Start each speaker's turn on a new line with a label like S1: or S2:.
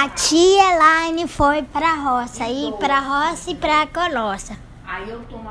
S1: A tia Elaine foi pra roça, e pra roça e pra colossa.
S2: Aí eu tomava